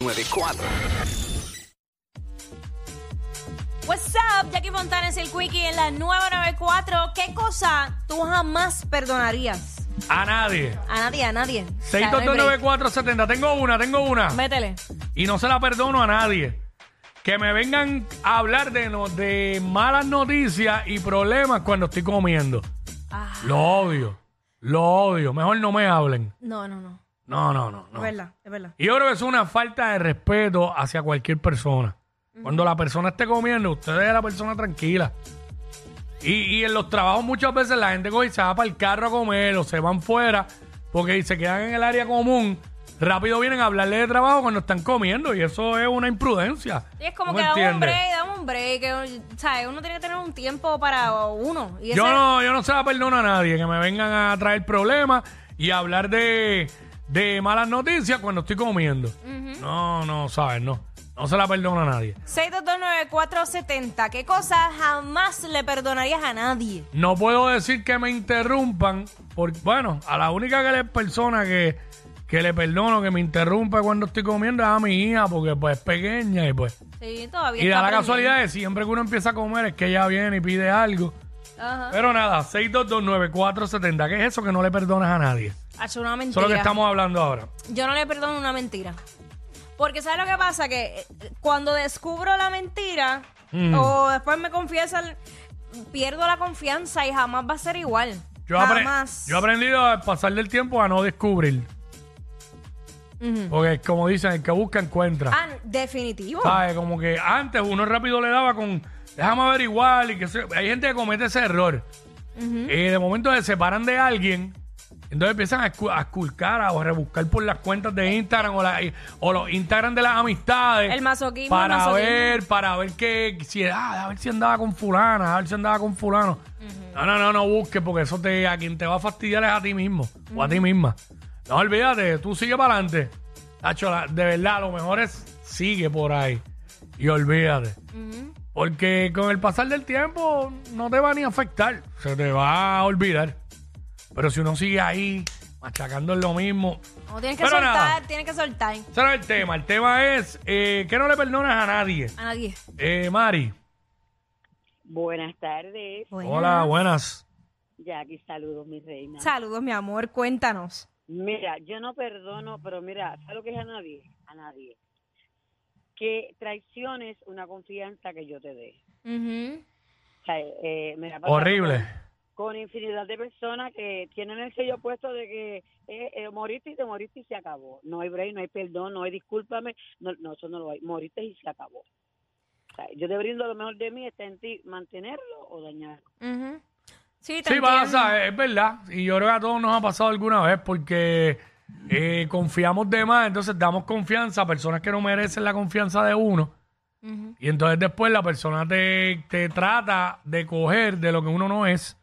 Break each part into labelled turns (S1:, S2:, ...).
S1: 94.
S2: What's up, Jackie Fontanes, el Quickie en la 994. ¿Qué cosa tú jamás perdonarías?
S3: A nadie.
S2: A nadie, a nadie. O sea, no hay break.
S3: 6229470. Tengo una, tengo una.
S2: Métele.
S3: Y no se la perdono a nadie. Que me vengan a hablar de, no- de malas noticias y problemas cuando estoy comiendo.
S2: Ah.
S3: Lo odio. Lo odio. Mejor no me hablen.
S2: No, no, no.
S3: No, no, no.
S2: Es
S3: no.
S2: verdad, es verdad.
S3: Y yo creo que es una falta de respeto hacia cualquier persona. Cuando la persona esté comiendo, usted es la persona tranquila. Y, y en los trabajos muchas veces la gente coge y se va para el carro a comer o se van fuera porque se quedan en el área común. Rápido vienen a hablarle de trabajo cuando están comiendo y eso es una imprudencia.
S2: Y es como
S3: ¿Tú
S2: que
S3: me
S2: dame un
S3: entiendes?
S2: break, dame un break. que, ¿sabes? Uno tiene que tener un tiempo para uno. Y
S3: Yo
S2: ese-
S3: no, yo no se la perdono a nadie que me vengan a traer problemas y a hablar de, de malas noticias cuando estoy comiendo. No, no, sabes, no. No se la perdono a nadie.
S2: 6229470. ¿Qué cosa jamás le perdonarías a nadie?
S3: No puedo decir que me interrumpan, porque, bueno, a la única que le- persona que, que le perdono que me interrumpa cuando estoy comiendo es a mi hija, porque pues es pequeña y pues.
S2: Sí, todavía
S3: Y da
S2: está
S3: la
S2: aprendiendo.
S3: casualidad de siempre que uno empieza a comer es que ella viene y pide algo.
S2: Ajá.
S3: Pero nada, 6229470, ¿qué es eso que no le perdonas a nadie?
S2: Hacho, una
S3: Eso
S2: mentira.
S3: es lo que estamos hablando ahora.
S2: Yo no le perdono una mentira. Porque ¿sabes lo que pasa? Que eh, cuando descubro la mentira
S3: Mm.
S2: o después me confiesan, pierdo la confianza y jamás va a ser igual.
S3: Yo, apre-
S2: jamás.
S3: yo he aprendido a pasar del tiempo a no descubrir.
S2: Ujú.
S3: Porque como dicen, el que busca encuentra.
S2: Ah, definitivo.
S3: ¿Sabes? Como que antes uno rápido le daba con, déjame averiguar, y que se- hay gente que comete ese error. Eh, de momento se separan de alguien, entonces empiezan a, escu- a esculcar a- o a rebuscar por las cuentas de Instagram o, la- o los Instagram de las amistades.
S2: El masoquismo, el
S3: Para
S2: masoquismo.
S3: ver, para ver qué, si, ah, a ver si andaba con fulana, a ver si andaba con fulano. No, no, no, no busques porque eso te, a quien te va a fastidiar es a ti mismo o a ti misma. No, olvídate, tú sigue para adelante. Tacho, la- de verdad, lo mejor es sigue por ahí y olvídate. Porque con el pasar del tiempo no te va ni a afectar, se te va a olvidar. Pero si uno sigue ahí machacando en lo mismo...
S2: No, tienes que
S3: Pero
S2: soltar,
S3: nada.
S2: tienes que soltar
S3: Ese no es el tema. El tema es eh, que no le perdonas a nadie.
S2: a nadie.
S3: Eh, Mari.
S4: Buenas tardes,
S2: Buenas.
S3: Hola, buenas.
S4: Jackie. Saludos, mi reina.
S2: Saludos, mi amor, cuéntanos.
S4: Mira, yo no perdono, pero mira, ¿sabes lo que es a nadie? A nadie. Que traiciones una confianza que yo te dé.
S2: Ujú.
S4: O sea, eh, me ha pasado
S3: Horrible.
S4: Con, con infinidad de personas que tienen el sello puesto de que eh, eh, moriste y te moriste y se acabó. No hay break, no hay perdón, no hay discúlpame. No, no, eso no lo hay. Moriste y se acabó. O sea, yo te brindo lo mejor de mí, está en ti mantenerlo o dañarlo.
S2: Ujú. Sí, te
S3: Sí,
S2: entiendo.
S3: pasa, eh. es verdad. Y yo creo que a todos nos ha pasado alguna vez porque eh, confiamos de más, entonces damos confianza a personas que no merecen la confianza de uno.
S2: Ujú.
S3: Y entonces después la persona te, te trata de coger de lo que uno no es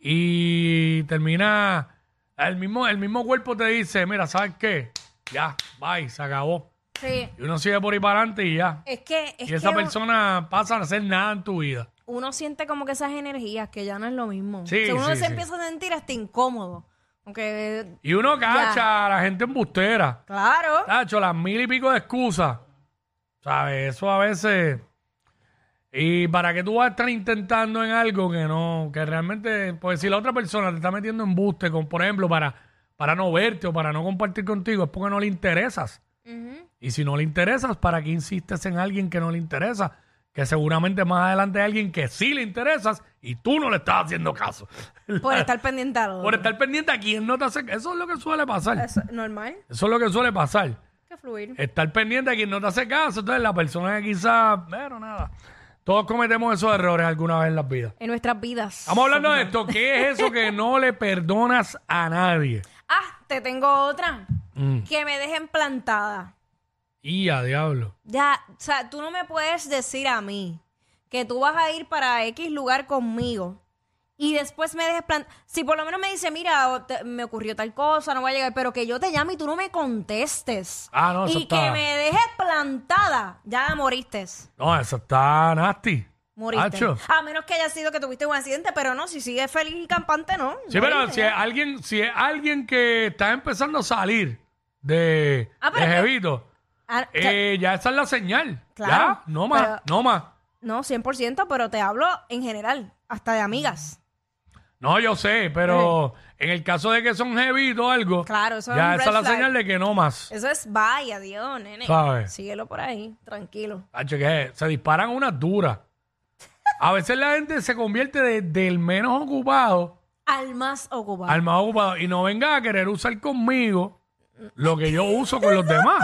S3: y termina, el mismo, el mismo cuerpo te dice, mira, ¿sabes qué? Ya, bye, se acabó.
S2: Sí.
S3: Y uno sigue por ahí para adelante y ya.
S2: Es que, es
S3: y esa
S2: que un-
S3: persona pasa a hacer nada en tu vida.
S2: uno siente como que esas energías que ya no es lo mismo.
S3: Sí,
S2: O sea, uno
S3: sí,
S2: se
S3: sí.
S2: empieza a sentir hasta incómodo. Aunque,
S3: Y uno cacha a la gente embustera.
S2: claro.
S3: Tacho, las mil y pico de excusas. ¿Sabes? Eso a veces. ¿Y para qué tú vas a estar intentando en algo que no, que realmente, pues si la otra persona te está metiendo en buste, con, por ejemplo, para, para no verte o para no compartir contigo, es porque no le interesas.
S2: Ujú.
S3: Y si no le interesas, ¿para qué insistes en alguien que no le interesa? Que seguramente más adelante hay alguien que sí le interesas y tú no le estás haciendo caso.
S2: Por estar pendiente a lo
S3: Por
S2: otro.
S3: estar pendiente a quien no te hace Eso es lo que suele pasar.
S2: Eso es normal,
S3: Eso es lo que suele pasar
S2: hay que fluir.
S3: estar pendiente a quien no te hace caso. Entonces, la persona que quizás, pero nada. Todos cometemos esos errores alguna vez en las vidas.
S2: En nuestras vidas.
S3: Estamos hablando de esto. ¿Qué es eso que no le perdonas a nadie?
S2: Ah, te tengo otra.
S3: Mm.
S2: Que me dejen plantada.
S3: Y a diablo.
S2: Ya, o sea, tú no me puedes decir a mí que tú vas a ir para X lugar conmigo y después me dejes plan... Si por lo menos me dice, mira, o te- me ocurrió tal cosa, no voy a llegar, pero que yo te llame y tú no me contestes.
S3: Ah, no, eso
S2: Y
S3: está-
S2: que me dejes plantada, ya moriste.
S3: No, eso está nasty.
S2: Moriste.
S3: Hacho.
S2: A menos que haya sido que tuviste un accidente, pero no, si sigues feliz y campante, no.
S3: Sí,
S2: Moriste,
S3: pero si
S2: ya.
S3: es alguien, si es alguien que está empezando a salir de,
S2: Ah, pero
S3: de
S2: que-
S3: jevito,
S2: Ah, o sea,
S3: eh, ya esa es la señal.
S2: Claro,
S3: ya, no más,
S2: pero-
S3: no más.
S2: No, 100%, pero te hablo en general, hasta de amigas.
S3: No, yo sé, pero en el caso de que son jevitos o algo,
S2: Claro, eso es
S3: ya
S2: un
S3: esa
S2: red
S3: es la
S2: flag.
S3: señal de que no más.
S2: Eso es vaya, Dios, nene.
S3: ¿Sabes?
S2: Síguelo por ahí, tranquilo.
S3: Hacho, que se disparan unas duras. A veces la gente se convierte de- del menos ocupado
S2: Al más ocupado.
S3: al más ocupado y no venga a querer usar conmigo lo que yo uso con los demás.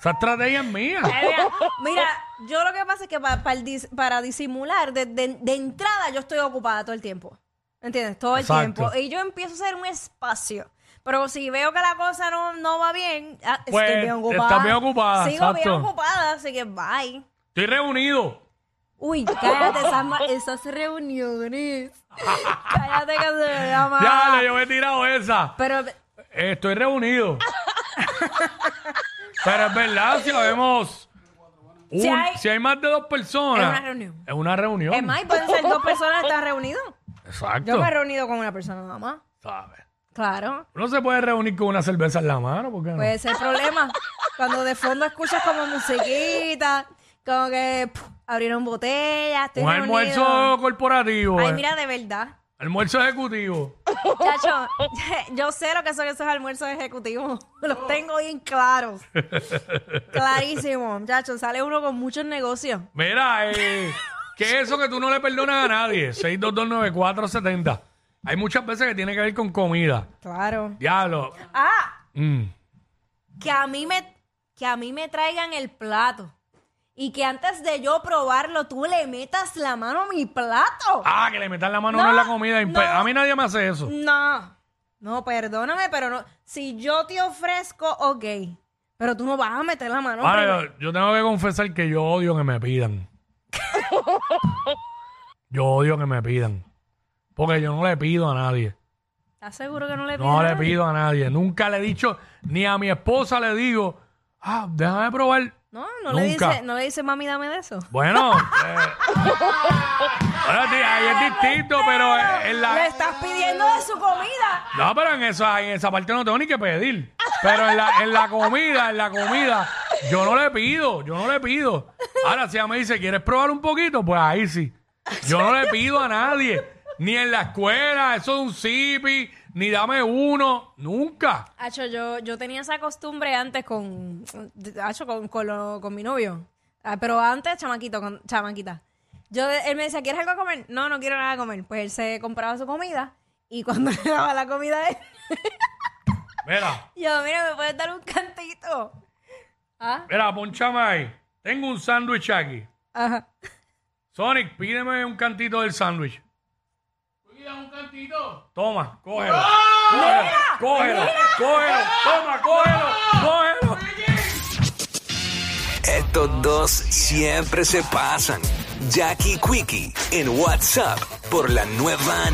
S3: Esa estrategia es mía.
S2: Mira, mira, yo lo que pasa es que pa- pa el dis- para disimular, de, de- de entrada yo estoy ocupada todo el tiempo. ¿Entiendes? Todo el
S3: Exacto.
S2: tiempo. Y yo empiezo a hacer un espacio. Pero si veo que la cosa no, no va bien, ah,
S3: Pues,
S2: estoy bien ocupada.
S3: estás bien ocupada,
S2: Sigo bien
S3: exacto.
S2: ocupada, así que bye.
S3: Estoy reunido.
S2: Uy, cállate, esas, ma- esas reuniones. cállate que se me da mal.
S3: Ya, dale, yo me he tirado esa.
S2: Pero
S3: Eh, Estoy reunido. Pero es verdad, si habemos. un- si,
S2: Si
S3: hay,
S2: hay-
S3: más de dos personas.
S2: Es una reunión.
S3: Es una reunión.
S2: es más, y pueden ser dos personas que están reunidas.
S3: Exacto.
S2: Yo me he reunido con una persona nada más.
S3: ¿Sabes?
S2: Claro.
S3: Uno se puede reunir con una cerveza en la mano, ¿por qué no?
S2: Puede ser problema. Cuando de fondo escuchas como musiquita, como que puf, abrieron botellas, estoy
S3: un
S2: reunido.
S3: almuerzo corporativo.
S2: Ay,
S3: eh.
S2: mira, de verdad.
S3: Almuerzo ejecutivo.
S2: Chacho, yo sé lo que son esos almuerzos ejecutivos. Los tengo bien claros. Clarísimo. Chacho, sale uno con muchos negocios.
S3: Mira, eh, que es eso que tú no le perdonas a nadie. 6229470. Hay muchas veces que tiene que ver con comida.
S2: Claro.
S3: Diablo.
S2: Ah,
S3: Mm.
S2: que a mí me, que a mí me traigan el plato. Y que antes de yo probarlo, tú le metas la mano a mi plato.
S3: Ah, que le metan la mano
S2: No,
S3: no, en la comida. impe-
S2: no.
S3: A mí nadie me hace eso.
S2: No, no, perdóname, pero no. Si yo te ofrezco, ok. Pero tú no vas a meter la mano.
S3: Ahora,
S2: primero.
S3: yo, yo tengo que confesar que yo odio que me pidan. yo odio que me pidan. Porque yo no le pido a nadie.
S2: ¿Estás seguro que no le pides?
S3: No
S2: a
S3: le
S2: nadie?
S3: pido a nadie. Nunca le he dicho, ni a mi esposa le digo, ah, déjame probar.
S2: No, no le,
S3: Nunca.
S2: dice, no le dice, mami, dame de eso.
S3: Bueno, eh, bueno, sí, ahí es distinto, pero en la...
S2: Le estás pidiendo de su comida.
S3: No, pero en esa, en esa parte no tengo ni que pedir. Pero en la, en la comida, en la comida, yo no le pido, yo no le pido. Ahora, si ella me dice, ¿quieres probar un poquito? Pues ahí sí. Yo no le pido a nadie, ni en la escuela, eso de un sipi, ni dame uno, nunca.
S2: Acho, yo, yo tenía esa costumbre antes con, Acho, con, con, lo- con mi novio. Ah, Pero antes, chamaquito, con, chamaquita. Yo, él me decía, ¿quieres algo a comer? No, no quiero nada a comer. Pues él se compraba su comida y cuando le daba la comida a él,
S3: Mira,
S2: yo, mira, ¿me puedes dar un cantito? ¿Ah?
S3: mira, ponchame ahí. Tengo un sándwich aquí.
S2: Ajá.
S3: Sonic, pídeme un cantito del sándwich. un cantito? ¡Ah! Toma, cógelo. Cógelo, cógelo, cógelo, toma, cógelo, cógelo.
S1: Estos dos siempre se pasan. Jackie Quickie en WhatsApp por la nueva